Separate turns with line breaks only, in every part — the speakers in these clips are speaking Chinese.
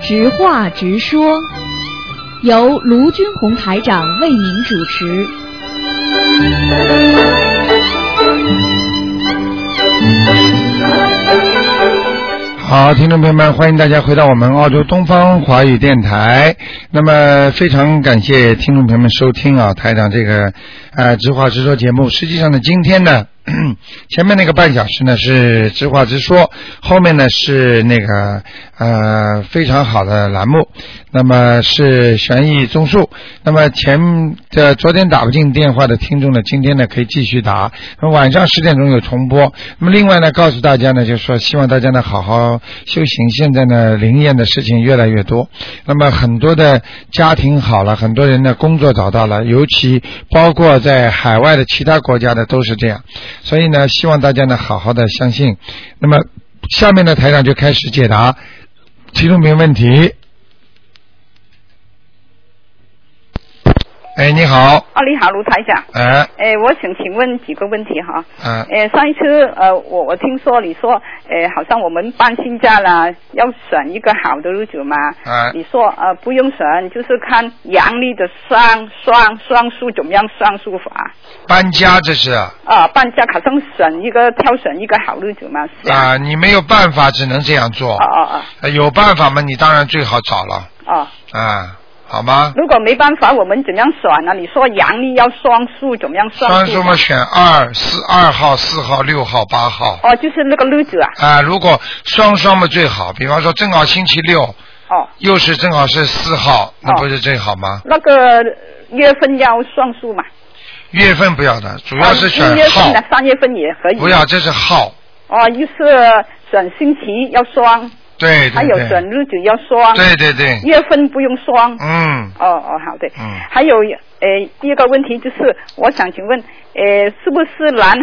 直话直说，由卢军红台长为您主持。
好，听众朋友们，欢迎大家回到我们澳洲东方华语电台。那么，非常感谢听众朋友们收听啊，台长这个呃直话直说节目。实际上呢，今天呢，前面那个半小时呢是直话直说，后面呢是那个呃非常好的栏目，那么是悬疑综述。那么前呃昨天打不进电话的听众呢，今天呢可以继续打，晚上十点钟有重播。那么另外呢，告诉大家呢，就是说希望大家呢好好修行。现在呢，灵验的事情越来越多，那么很多的家庭好了，很多人呢工作找到了，尤其包括在海外的其他国家的都是这样。所以呢，希望大家呢好好的相信。那么下面呢，台长就开始解答听众朋友问题。哎，你好，
啊，你好，卢台长。
哎，
哎，我想请问几个问题哈。
啊，
呃，上一次呃，我我听说你说，呃，好像我们搬新家了，要选一个好的日子嘛。
啊
你说呃，不用选，就是看阳历的双双双数怎么样双数法
搬家这是啊、
啊？搬家好像选一个挑选一个好日子嘛。是啊。
你没有办法，只能这样做。
哦哦
呃有办法嘛，你当然最好找了
哦哦，
啊，好吗？
如果没办法，我们怎样选呢？啊你说阳历要双数，怎么样双
双
数？
数嘛，选二四二号、四号、六号、八号
哦，就是那个日子啊。
啊。如果双双嘛最好，比方说正好星期六，
哦，
又是正好是四号，那
哦
不是最好吗？
那个月份要双数嘛。
月份不要的，主
主
要是选
一月
号
份，的，三月份也可以。
不要这是号，
哦，一是选星期要双，
对
还
对
有
对
选，日子要双。
对对对，
月份不用双。
嗯
哦哦，好的。
嗯
还有呃，第一个问题就是，我想请问，呃，是不是男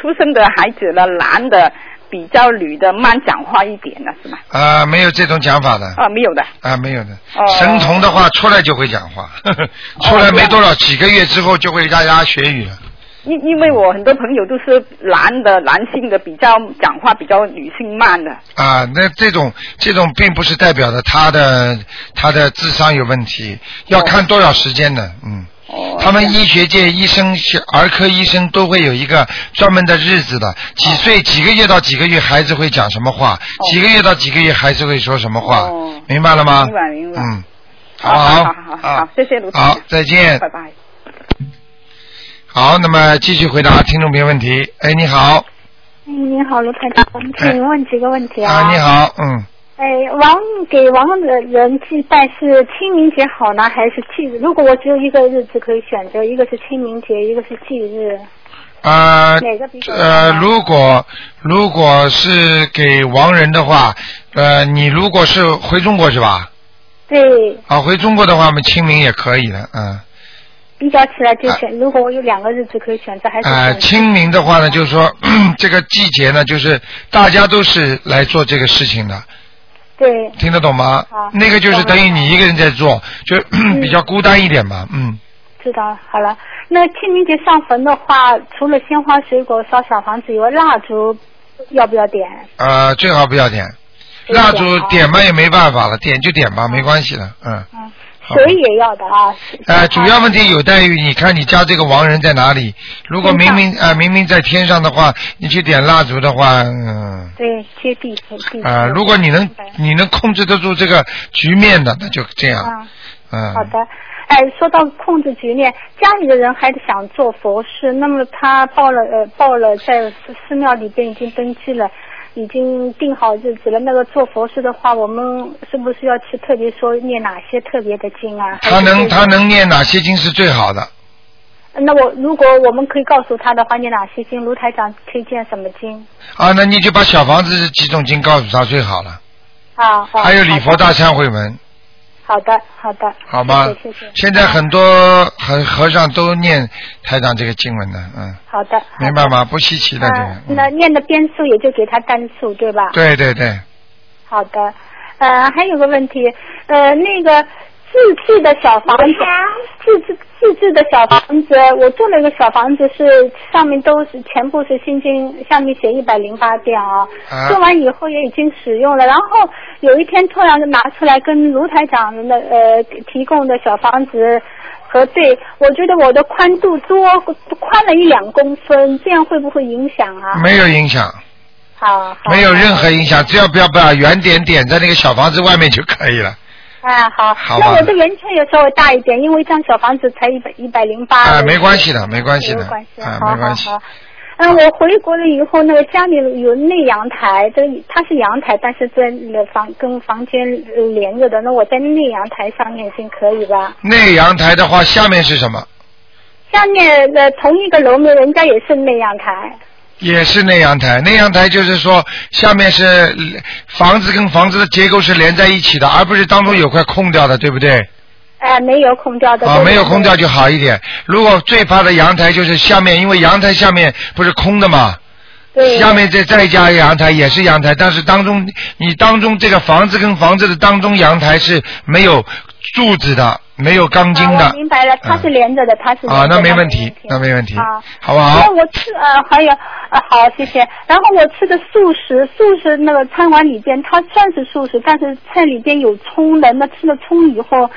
出生的孩子呢，男的比较女的慢讲话一点呢，是吗？
啊，没有这种讲法的
啊，没有的。
啊，没有的
哦。
神童的话出来就会讲话，呵呵 出来没多少几个月之后就会大家学语了。
因因为我很多朋友都是男的，男性的比较讲话比较女性慢的。
啊，那这种这种并不是代表着他的他的智商有问题，要看多少时间呢？嗯，
哦。
他们医学界医生、儿科医生都会有一个专门的日子的，几岁、几个月到几个月孩子会讲什么话，几个月到几个月孩子会说什么话
哦，
明白了吗？
明白明白
嗯，好
好
好
好好好
啊
好，谢谢卢台长
好，再见
拜。拜。
好，那么继续回答听众朋友问题。哎，你好，
哎，你好，卢台长，我们请问几个问题啊？
啊，你。好，嗯，
哎，亡给亡的人祭拜是清明节好呢，还是忌日？如果我只有一个日子可以选择，一个是清明节，一个是忌日，
啊，
哪个比较好呢
呃，如果如果是给亡人的话，呃，你如果是回中国是吧？
对
啊，回中国的话，我们清明也可以的，嗯，
比较起来就选。如果我有两个日子可以选择，还是
啊，
选
清明的话呢，就是说 这个季节呢，就是大家都是来做这个事情的，
对
听得懂吗
好？
那个就是等于你一个人在做，就
嗯
比较孤单一点嘛，嗯，
知道了好了。那清明节上坟的话，除了鲜花、水果、烧小房子以外，蜡烛要不要点？
呃，最好不要点，
不要
蜡
点
烛
啊
点嘛也没办法了，点就点吧，没关系的，嗯。
嗯，
好
水也要的啊。
呃，主要问
题。
题有待于你看你家这个亡人在哪里。如果明明呃明明在天上的话，你去点蜡烛的话，嗯
对，接地气。地
啊、
气
如果你能
明白
你能控制得住这个局面的，那就这样，
嗯，
嗯，
好的。哎，说到控制局面，家里的人还是想做佛事，那么他报了呃报了在寺寺庙里边已经登记了，已经定好日子了。那个做佛事的话，我们是不是要去特别说念哪些特别的经啊？
他
还
能
是
他能念哪些经是最好的？
那我如果我们可以告诉他的话，念哪些经？卢台长推荐什么经？
啊，那你就把小房子几种经告诉他最好了，
啊，好
还有礼佛大
好的
忏悔文，
好的，好的，
好吗？
谢谢，谢谢。
现在很多和和尚都念台长这个经文的，嗯，
好的，好的
明白吗？不稀奇的这个
嗯，，那
嗯
念的边数也就给他单数，对吧？
对对对。
好的，呃，还有个问题，呃，那个自制的小房子，
哎
自制自制的小房子，我做了一个小房子是，上面都是全部是心经，下面写一百零八遍啊。
啊
做完以后也已经使用了，然后有一天突然拿出来跟卢台长的呃提供的小房子核对，我觉得我的宽度多宽了一两公分，这样会不会影响啊？
没有影响，
好，好
没有任何影响，只要不要把圆点点在那个小房子外面就可以了。
啊，好，
好吧
那我的圆圈也稍微大一点，因为一张小房子才一百一百零八。哎
啊，没关系的，没关系的
没关，系，
啊，
好
没关系
好。好嗯，我回国了以后，那个家里有内阳台，这个它是阳台，但是在房跟房间呃连着的。那我在内阳台上面行可以吧？
内阳台的话，下面是什么？
下面呃同一个楼面，人家也是内阳台。
也是内阳台，内阳台就是说下面是呃房子跟房子的结构是连在一起的，而不是当中有块空掉的，对不对？
哎、没有空调的。
啊，
对
没有空调。
对
就好一点。如果最怕的阳台就是下面，因为阳台下面不是空的嘛，
对。
下面再再加阳台也是阳台，但是当中你当中这个房子跟房子的当中阳台是没有柱子的，没有钢筋
啊
的嗯
我。明白了，它是连着的，它是连着的
啊，那没问题，那没问题
啊，，
好不
然
好
后？我吃呃还有呃好谢谢，然后我吃的素食，素食那个餐馆里边它算是素食，但是菜里边有葱的，那吃了葱以后，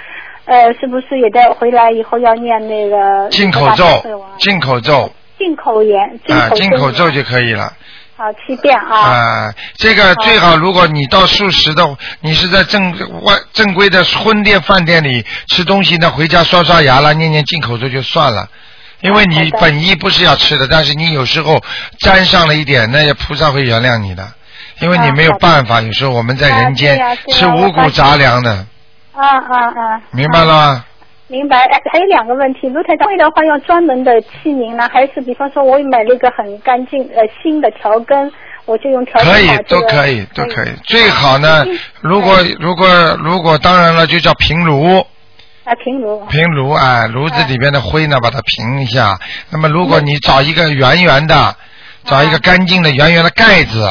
呃是不是也得回来以后要念那个
进口咒
大悲咒啊，
进口咒
进口盐，进
啊
口，
进口咒就可以了。
好七遍啊，
啊，这个最好，如果你到素食的，你是在正外正规的婚店、饭店里吃东西呢，回家刷刷牙啦，念念进口咒就算了。因为你
好的
本意不是要吃的，但是你有时候沾上了一点，那也菩萨会原谅你的，因为你
啊
没有
好的
办法。有时候我们在
啊
人
对
间
呀对呀
吃五
我发
谷
现
杂粮的，
啊啊啊，
明白了吗？
明白，哎，还有两个问题，卢台长，会的话要专门的器皿呢，还是比方说我买了一个很干净呃新的调羹，我就用调羹
可以
把这，
都
个
可以，都可以。最好呢
嗯，
如果如果如果，当然了，就叫平炉。
啊平炉
平炉啊，炉子里边的灰呢，把它平一下。那么如果你找一个圆圆的，
嗯
找一个干净的圆圆的盖子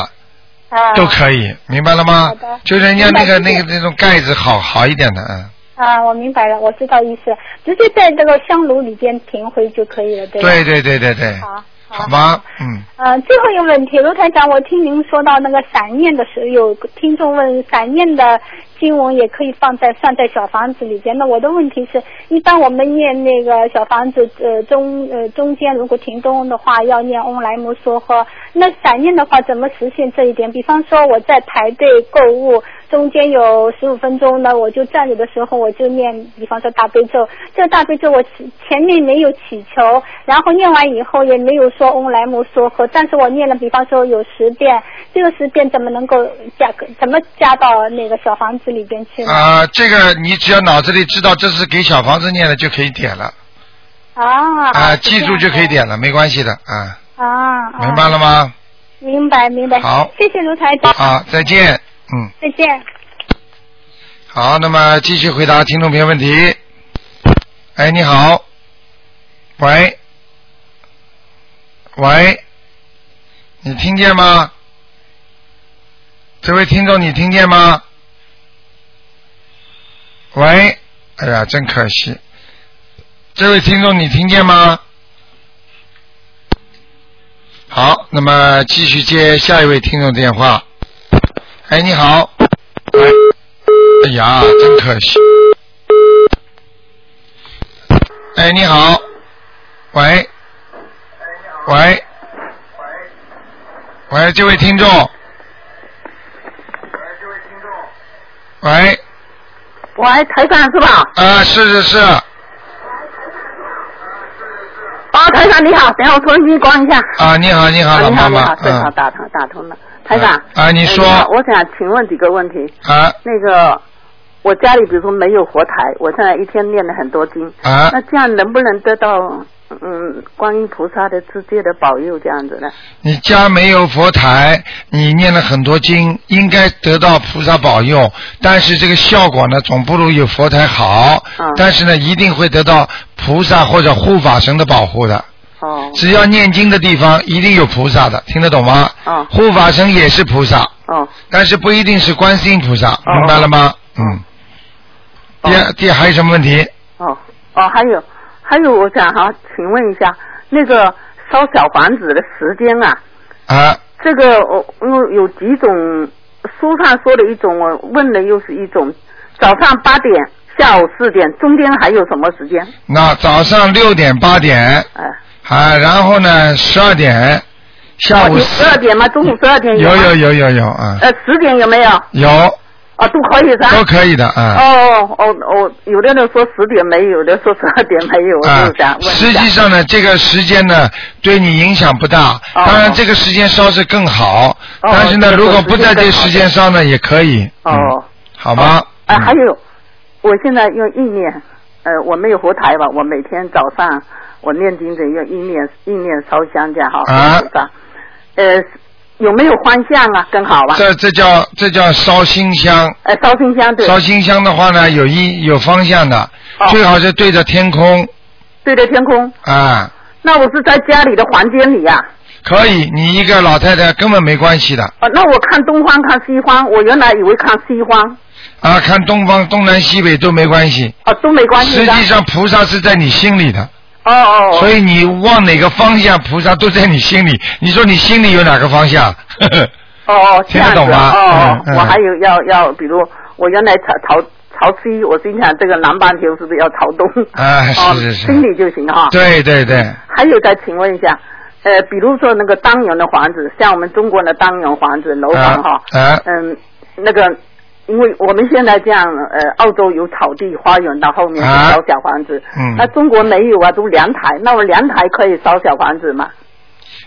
啊
都可以，明白了吗
好的？
就人家那个
明白
那个那种盖子好好一点的，嗯，
啊，我明白了，我知道意思，直接在这个香炉里边平灰就可以了，对吧？
对对对对对，
好。
好吧，嗯，
呃，最后一个问题，卢台长，我听您说到那个闪念的时候，有听众问闪念的经文也可以放在算在小房子里边。那我的问题是，一般我们念那个小房子，呃中呃中间如果停中的话，要念翁来姆梭诃。那闪念的话，怎么实现这一点？比方说我在排队购物，中间有十五分钟呢，我就站着的时候，我就念，比方说大悲咒。这个大悲咒我起前面没有祈求，然后念完以后也没有说哦嗡来姆梭诃，但是我念了，比方说有十遍，这个十遍怎么能够加怎么加到那个小房子里边去呢？
啊，这个你只要脑子里知道这是给小房子念的就可以点了，
啊
啊，记住就可以
点
点了，没关系的啊，
啊，啊
明白了吗？
明白明白。
好
谢谢卢台长，
好，再见，嗯，
再见。
好，那么继续回答听众朋友问题。哎，你好，喂，喂，你听见吗？这位听众，你听见吗？喂，哎呀，真可惜。这位听众，你听见吗？好，那么继续接下一位听众电话。哎，你好，喂。哎呀，真可惜。哎，你好，喂，喂，喂，这位听众，喂，
喂，台长是吧？
啊，是是是，
啊，台长你好，等一下我重新关一下。
啊，你好，你好，
啊
老
你好，
妈
你
妈
好，，正好
嗯，
打通打通了。台长，
啊，你
哎
说
好我想请问几个问题。
啊
那个，我家里比如说没有佛台，我现在一天念了很多经，
啊
那，这样能不能得到嗯观音菩萨的直接的保佑这样子呢？
你家没有佛台，你念了很多经，应该得到菩萨保佑，但是这个效果呢，总不如有佛台好。
嗯
但是呢，一定会得到菩萨或者护法神的保护的。
哦
只要念经的地方，一定有菩萨的，听得懂吗？
哦
护法神也是菩萨，
哦
但是不一定是观世音菩萨，明白了吗？嗯，第二第还有什么问题？
哦哦，还有还有，我想哈、请问一下，那个烧小房子的时间啊，
啊，
这个我我有几种书上说的一种，我问的又是一种，早上八点，下午四点，中间还有什么时间？
那早上六点八点
哎、
啊，然后呢十二点，下午
有
四
十二点吗？中午十二点
有
吗
有有有有啊，
呃，十点有没有？
有
啊，都可以是吧？
都可以的啊
哦哦哦，有的人说十点没有，有的说十二点没哦有，我
啊
就想。问
实
一下
际上呢，这个时间呢对你影响不大，当然这个时间烧是更好，
哦
但是呢
这个
如果不在这时
时
间
间
烧呢也可以，嗯
哦，
好吗？
哎、
嗯
还有，我现在用意念，呃，我没有佛台吧，我每天早上我念经者用意念意念烧香这样哈，
啊
是吧呃，有没有方向啊？更好吧？
这这叫这叫烧心香，
呃，烧心香对，
烧心香的话呢有一有方向的，
哦
最好是对着天空
对着天空。
啊。
那我是在家里的房间里呀、啊
可以，你一个老太太根本没关系的
哦，那我看东方看西方，我原来以为看西方，
啊，看东方、东南、西北都没关系。
哦，都没关系
实
的。
际上，菩萨是在你心里的，
哦哦，哦
所以你往哪个方向，菩萨都在你心里。你说你心里有哪个方向？呵呵
哦哦，这
听得
样子
懂吗
哦
嗯
哦，
嗯
我还有要要，比如我原来朝朝朝西，我心想这个南半球是不是要朝东？
啊
哦
是是是
心里就行哈。。
对对对，
还有再请问一下，呃，比如说那个单元的房子，像我们中国的单元房子、楼
啊
房哈，
啊
嗯，那个。因为我们现在这样，呃，澳洲有草地花园，到后面是
啊
烧小房子。
嗯
那中国没有啊，都凉台。那我凉台可以烧小房子吗？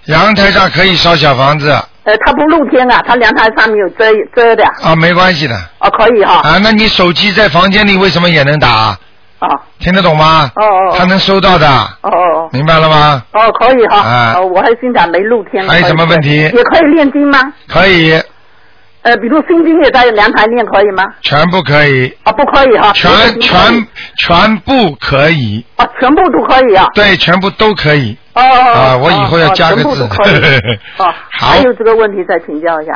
阳台上可以烧小房子
呃，它不露天啊，它凉台上面有遮遮的。
啊，没关系的
哦，可以哈。
啊。那你手机在房间里为什么也能打？
哦
听得懂吗？
哦哦
他能收到的，
哦哦
明白了吗？
哦，哦，可以哈。
啊
哦，我还心想没露天。
还有什么问题
可以也可以念经吗？
可以，
呃，比如心经也在阳台念可以吗？
全部可以，
啊，不可以哈。别
全
的经可以
全全部可以，
啊，全部都可以啊。
对，全部都可以。
哦哦哦。
啊我以后要
哦哦
加个
全部
字
都可 以哦，
好
还有这个问题再请教一下，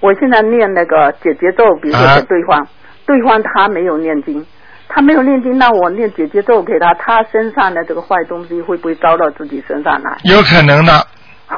我现在念那个解节奏，比如
啊
说给对方，对方他没有念经。他没有念经，那我念解节奏给他，他身上的这个坏东西会不会招到自己身上来？
有可能的。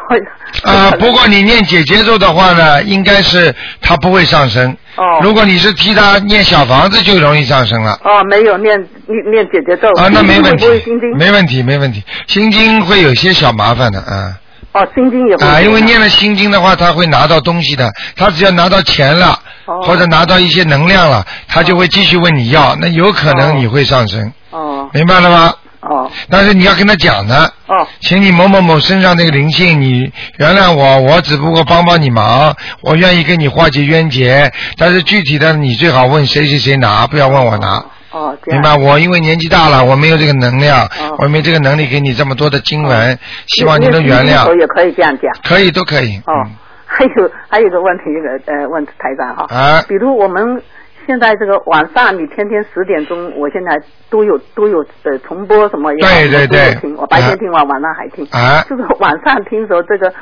会
啊，不过你念姐姐咒的话呢，应该是它不会上升。
哦
如果你是替他念小房子，就容易上升了。
哦，没有念念念姐姐咒
啊，那没问题
哦心经会不会心经，
没问题，没问题。心经会有些小麻烦的啊
哦，心经也会
啊，因为念了心经的话，他会拿到东西的。他只要拿到钱了，
哦
或者拿到一些能量了，他就会继续问你要，那有可能你会上升，
哦
明白了吗？
哦
但是你要跟他讲呢，
哦
请你某某某身上那个灵性，你原谅我，我只不过帮帮你忙，我愿意跟你化解冤结，但是具体的你最好问谁谁谁拿，不要问我拿。
哦，这
明
样
白？我因为年纪大了，我没有这个能量
哦，
我没这个能力给你这么多的经文，希望你
念
能原
念心经的时候
谅。
也可以这样讲
可以，都可以。
哦。
嗯
还有还有一个问题，呃呃，问台长哈，
啊
比如我们现在这个晚上，你天天十点钟，我现在都有都有呃重播什么也好，
对对
我都有
对
听我白
啊
天听完，晚上还听，
啊
就是晚上听的时候这个。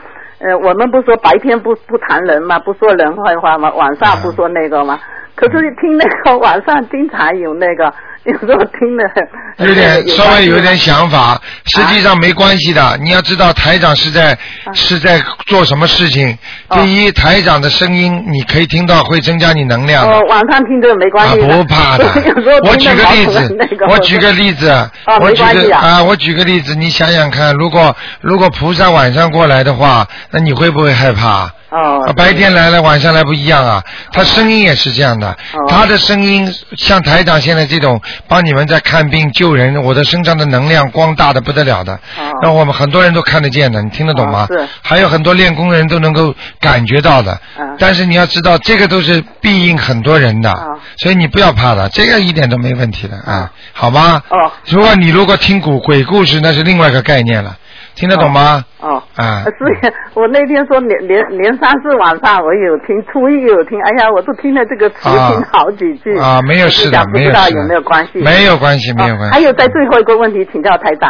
呃，我们不说白天不不谈人嘛，不说人坏话嘛，晚上不说那个嘛。
嗯
可是听那个晚上经常有那个，有时候听的
有点稍微有点想法，实
啊
际上没关系的。你要知道台长是在
啊
是在做什么事情。
哦
第一，台长的声音你可以听到，会增加你能量的。
哦，晚上听这个没关
啊，
系的、
不怕的
有时候。
我举
听
个
得毛
例
孔
子
那个，
我举个例子，我
没
举
关系
个
啊
啊，我举个例子，你想想看，如果如果菩萨晚上过来的话，那你会不会害怕？
哦
啊，白天来了，晚上来不一样啊。他声音也是这样
啊
的，他的声音像台长现在这种帮你们在看病救人，我的身上的能量光大的不得了的，让我们很多人都看得见的，你听得懂吗？
啊哦是
还有很多练功人都能够感觉到的
嗯。
但是你要知道，这个都是庇应很多人的
哦，
所以你不要怕的，这个一点都没问题的啊，好吗？
哦
如果你如果听古鬼故事，那是另外一个概念了，听得懂吗？
哦。
啊，
所以，我那天说连连连三四晚上我有听，初一也有听，哎呀，我都听了这个词
啊
听好几句
啊，没有事
我就
的，
想
没
不知
有
道
事的，
有没有关系？
没有关系，没有
哦
关系。
还有在最后一个问题请教台长，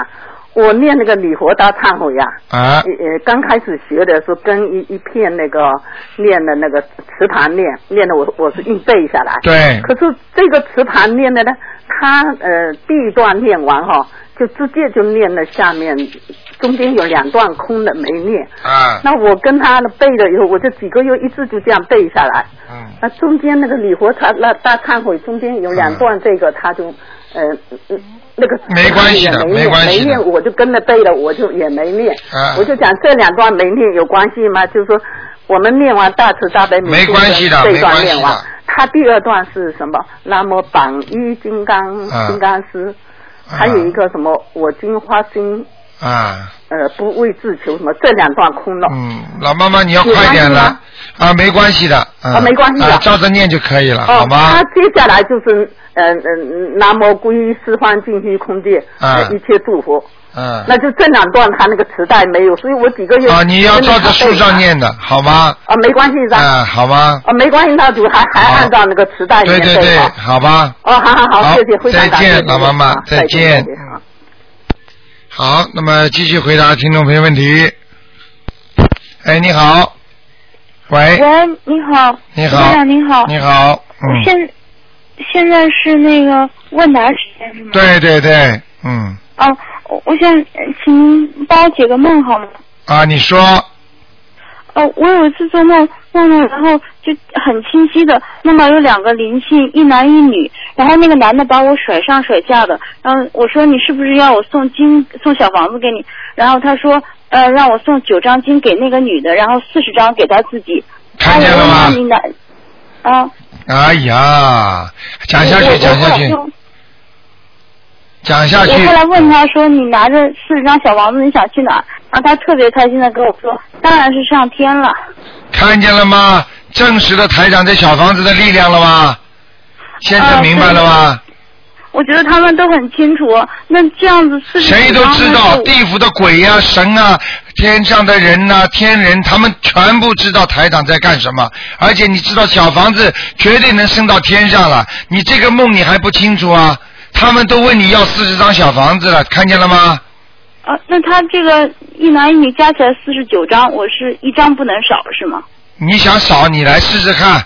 我念那个礼佛大忏悔呀、
啊
呃，呃，刚开始学的时候跟一一片那个念的那个磁盘念，念的我我是硬背下来。
对
可是这个磁盘念的呢，它呃第一段念完哈、就直接就念了下面，中间有两段空的没念。
啊，
那我跟他背了以后，我这几个月一直就这样背下来。
嗯，
那中间那个礼佛他那大忏悔中间有两段，这个他就呃嗯那个
没关系的
也
没
没
关
念，
系的
没念我就跟着背了，我就也没念
啊，
我就讲这两段没念有关系吗？就是说我们念完大慈大悲悯
没关系的
这一
没
段
关系
念完
的，
他第二段是什么？南无榜一金刚
啊
金刚师，
啊
还有一个什么我今花心
啊，
呃不为自求什么，这两段空了。
嗯，老妈妈你要快点了啊，没关系的，啊
啊没关系的
啊，照着念就可以了，好
哦，
吗
他？接下来就是呃呃，南无皈依四方净虚空界，
啊
呃一切祝福。
嗯，
那就这两段他那个磁带没有，所以我几个月
啊，你要
跟
照
他
着书上
背
念的，好吗？
啊，没关系是吧？啊，
啊，好吗？
没关系，那就还还
好
按照那个磁带里
对
面
对
背
对
啊，
好吧。
哦，好好
好
谢谢，非常感谢
再见
谢谢
老妈妈
啊
再
再
见
见。啊
好，那么继续回答听众朋友问题。哎，你好，喂，
喂，你好，
你
台
好，
长您好，
你好，嗯，
现现在是那个问答时间是吗？
对对对，嗯，
啊，我我想呃请您帮我解个梦好吗？
啊，你说，
呃，我有一次做梦，梦到然后就很清晰的梦到有两个灵性，一男一女，然后那个男的把我甩上甩下的，然后我说你是不是要我送金送小房子给你？然后他说呃让我送九张金给那个女的，然后四十张给他自己。
看见了
啊
哎
我
吗
问你男啊，
哎呀，讲下去，讲下去
我我后来，就
讲下去
我后来。问他说：“你拿着四十张小房子，你想去哪儿？”然后他特别开心的跟我说：“当然是上天了。
看见了吗？证实了台长这小房子的力量了吗？现在
啊
明白了吗？”
我觉得他们都很清楚。那这样子四十
谁都知道，地府的鬼呀、神啊、天上的人呐、天人，他们全部知道台长在干什么。而且你知道，小房子绝对能升到天上了。你这个梦你还不清楚啊？他们都问你要四十张小房子了，看见了吗？
啊，那他这个一男一女加起来四十九张，我是一张不能少是吗？
你想少，你来试试看。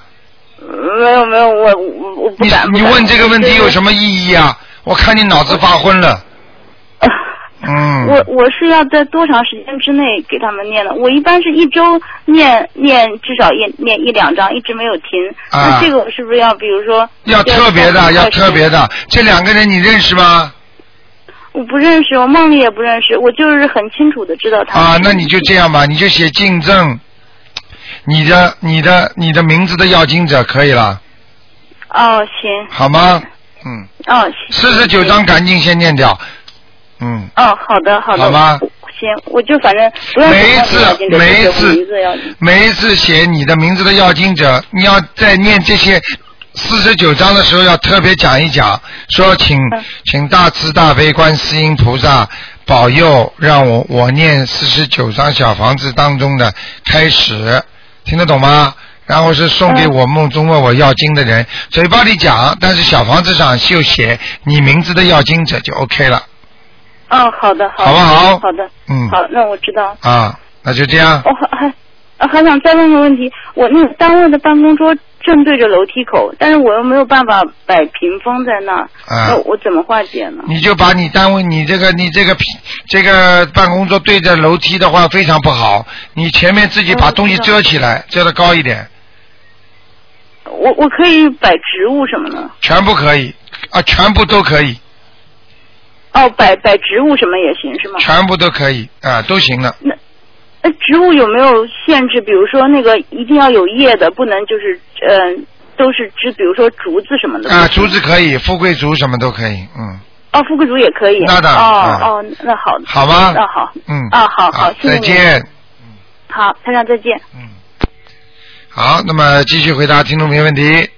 没有没有，我我我不
你
敢。
你问这个问题有什
么？
么意义啊？我看你脑子发昏了。嗯。
呃我我是要在多长时间之内给他们念的？我一般是一周念念至少念念一两张，一直没有停。
啊
那这个我是不是要比如说
要特别的，要特别。的。这两个人你认识吗？
我不认识，我梦里也不认识，我就是很清楚的知道他。
啊，那你就这样吧，你就写竞争，你的、你的、你的名字的要经者可以了，
哦，行，
好吗？嗯，
哦，行
四十九章赶紧先念掉。嗯，
哦，好的，好的。
好吗
我？行，我就反正不要
每一
紧张
次
紧张
每一
就是我名
次
字要哦
每一次写你的名字的要经者，你要在念这些四十九章的时候，要特别讲一讲，说请
嗯
请大慈大悲观世音菩萨保佑，让我我念四十九章小房子当中的开始，听得懂吗？然后是送给我梦中问我要经的人，嘴巴里讲，但是小房子上就写你名字的要经者就 OK 了，
哦，好的，好
好
的，
不好
好的，
嗯
好，那我知道。
啊，那就这样
我还还呃还想再问个问题，我那个单位的办公桌正对着楼梯口，但是我又没有办法摆屏风在那儿，
啊
那。我怎么化解呢？
你就把你单位你这个你这个这个办公桌对着楼梯的话非常不好，你前面自己把东西遮起
嗯
来，遮得高一点，
我我可以摆植物什么的，
全部可以啊，全部都可以，
哦，摆摆植物什么也行是吗？
全部都可以啊，都行了。
那植物有没有限制？比如说那个一定要有叶的，不能就是嗯、呃都是枝，比如说竹子什么的
啊，竹子可以，富贵竹什么都可以，嗯，
哦，富贵竹也可以。
那当然啊
哦哦，那好的。
好吗？
那好。
嗯，
啊，好好，谢谢
再
您。
见。
好，台长再见。
嗯，好，那么继续回答听众朋友问题。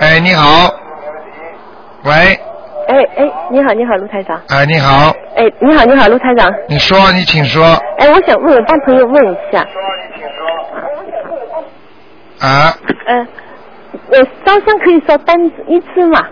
哎，你好，喂，
哎哎，你好，你好，卢台长。
哎，你好，
哎，你好，你好，卢台长。
你说，你请说
哎，我想问，帮朋友问一下，
啊，
呃嗯、呃，烧香可以烧单一次吗？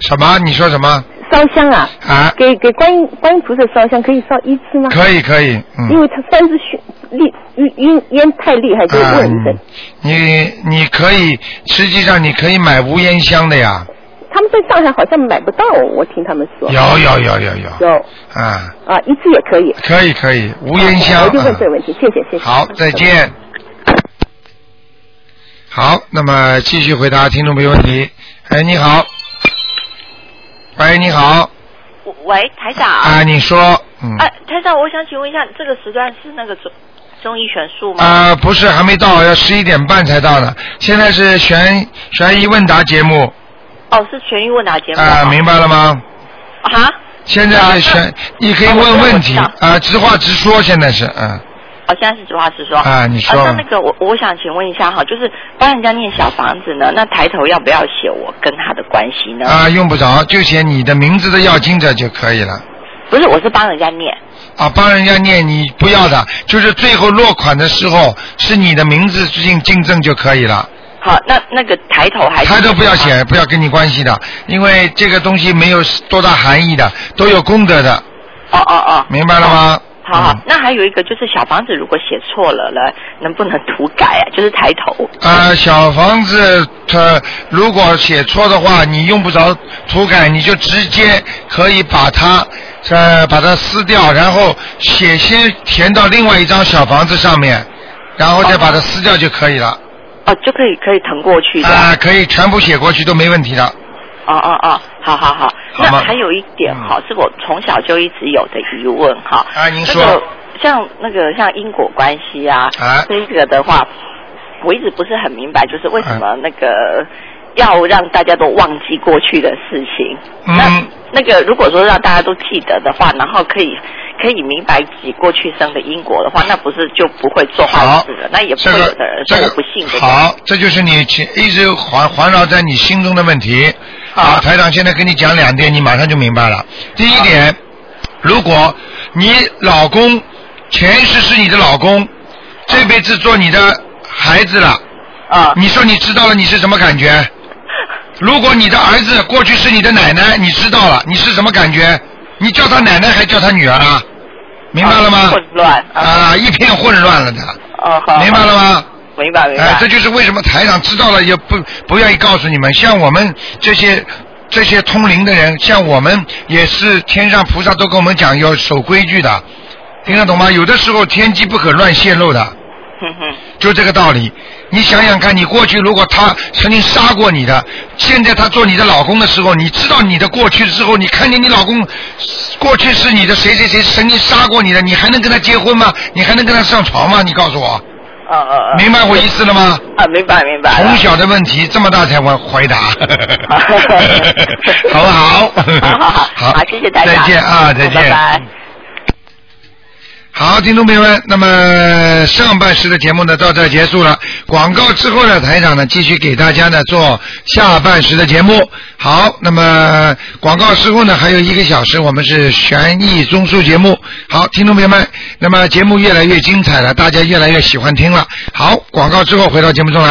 什么？你说什么？
烧
烧香啊，
啊，
给给观音观音菩萨烧香可以烧一次吗？
可以可以，
因
嗯，
为他三支熏厉晕晕烟太厉害，就问一声
嗯。，你你可以，实际上你可以买无烟香的呀，
他们在上海好像买不到，我听他们说。
有有有有有，
有
啊，
啊，一次也可以。
可以可以，无烟香，
我就问
啊
这个问题，谢谢谢谢。
好，再见。好，那么继续回答听众朋友问题。哎，你好。喂，你好。
喂，台长。
啊，你说，嗯，
哎、台长，我想请问一下，这个时段是那个中中医选术吗？
啊，不是，还没到，要十一点半才到呢。现在是悬悬疑问答节目
哦，是全域问答节目。
啊，明白了吗？
啊？
现在是悬，你可以问问题
啊
啊，直话直说，现在是，嗯，
好、现在是实话实说。
啊你说
那那个我我想请问一下哈，就是帮人家念小房子呢，那抬头要不要写我跟他的关系呢？
啊，用不着，就写你的名字的要经者就可以了。
不是，我是帮人家念。
啊，帮人家念你不要的，就是最后落款的时候是你的名字进进证就可以了，
好，那那个抬头还是
他都不要
啊
写，不要跟你关系的，因为这个东西没有多大含义的，都有功德的，
哦哦哦，
明白了吗？
好好，
嗯
那还有一个就是小房子如果写错了了，能不能涂改啊？就是抬头。
啊，小房子，它如果写错的话，你用不着涂改，你就直接可以把它，呃，把它撕掉，然后写先填到另外一张小房子上面，然后再把它撕掉就可以了。
哦，就可以可以腾过去的。
啊、可以全部写过去都没问题的。
哦哦哦，好好好。
好
那
吗
还有一点
嗯
哈，是我从小就一直有的疑问哈。
啊您
那
说
个像那个像因果关系啊，
啊
这个的话，我一直不是很明白，就是为什么那个。
啊
要让大家都忘记过去的事情。
嗯
那那个如果说让大家都记得的话，然后可以可以明白自己过去生的因果的话，那不是就不会做坏
好
事了？那也不
这
会
个
有的人说
这
我
个
不信这个。
好，这就是你其一直环环绕在你心中的问题。啊，台长现在跟你讲两点，你马上就明白了。第一
啊
点，如果你老公前世是你的老公，这辈子做你的孩子了，
啊
你说你知道了你是什么感 觉？如果你的儿子过去是你的奶奶，你知道了，你是什么感觉？你叫他奶奶还叫他女儿啊？明白了吗？
混乱啊！
啊，一片混乱了的，
哦，好，
明白了吗？
好？明白明白。
哎，这就是为什么台长知道了也不不愿意告诉你们，像我们这些。这些通灵的人，像我们也是天上菩萨都跟我们讲要守规矩的，听得懂吗？有的时候天机不可乱泄露的，
哼哼。
就这个道理。你想想看，你过去如果他曾经杀过你的，现在他做你的老公的时候，你知道你的过去之后，你看见你老公过去是你的谁谁谁曾经杀过你的，你还能跟他结婚吗？你还能跟他上床吗？你告诉我，
嗯嗯嗯，
明白我意思了吗？
啊，明白明白。
从小的问题这么大才回回答， 好不好？
好好好好谢谢大家
再见啊，再见，
拜拜。
好，听众朋友们，那么上半时的节目呢到这儿结束了。广告之后呢，台长呢继续给大家呢做下半时的节目。好，那么广告之后呢，还有一个小时，我们是悬疑综述节目。好，听众朋友们，那么节目越来越精彩了，大家越来越喜欢听了。好，广告之后回到节目中来。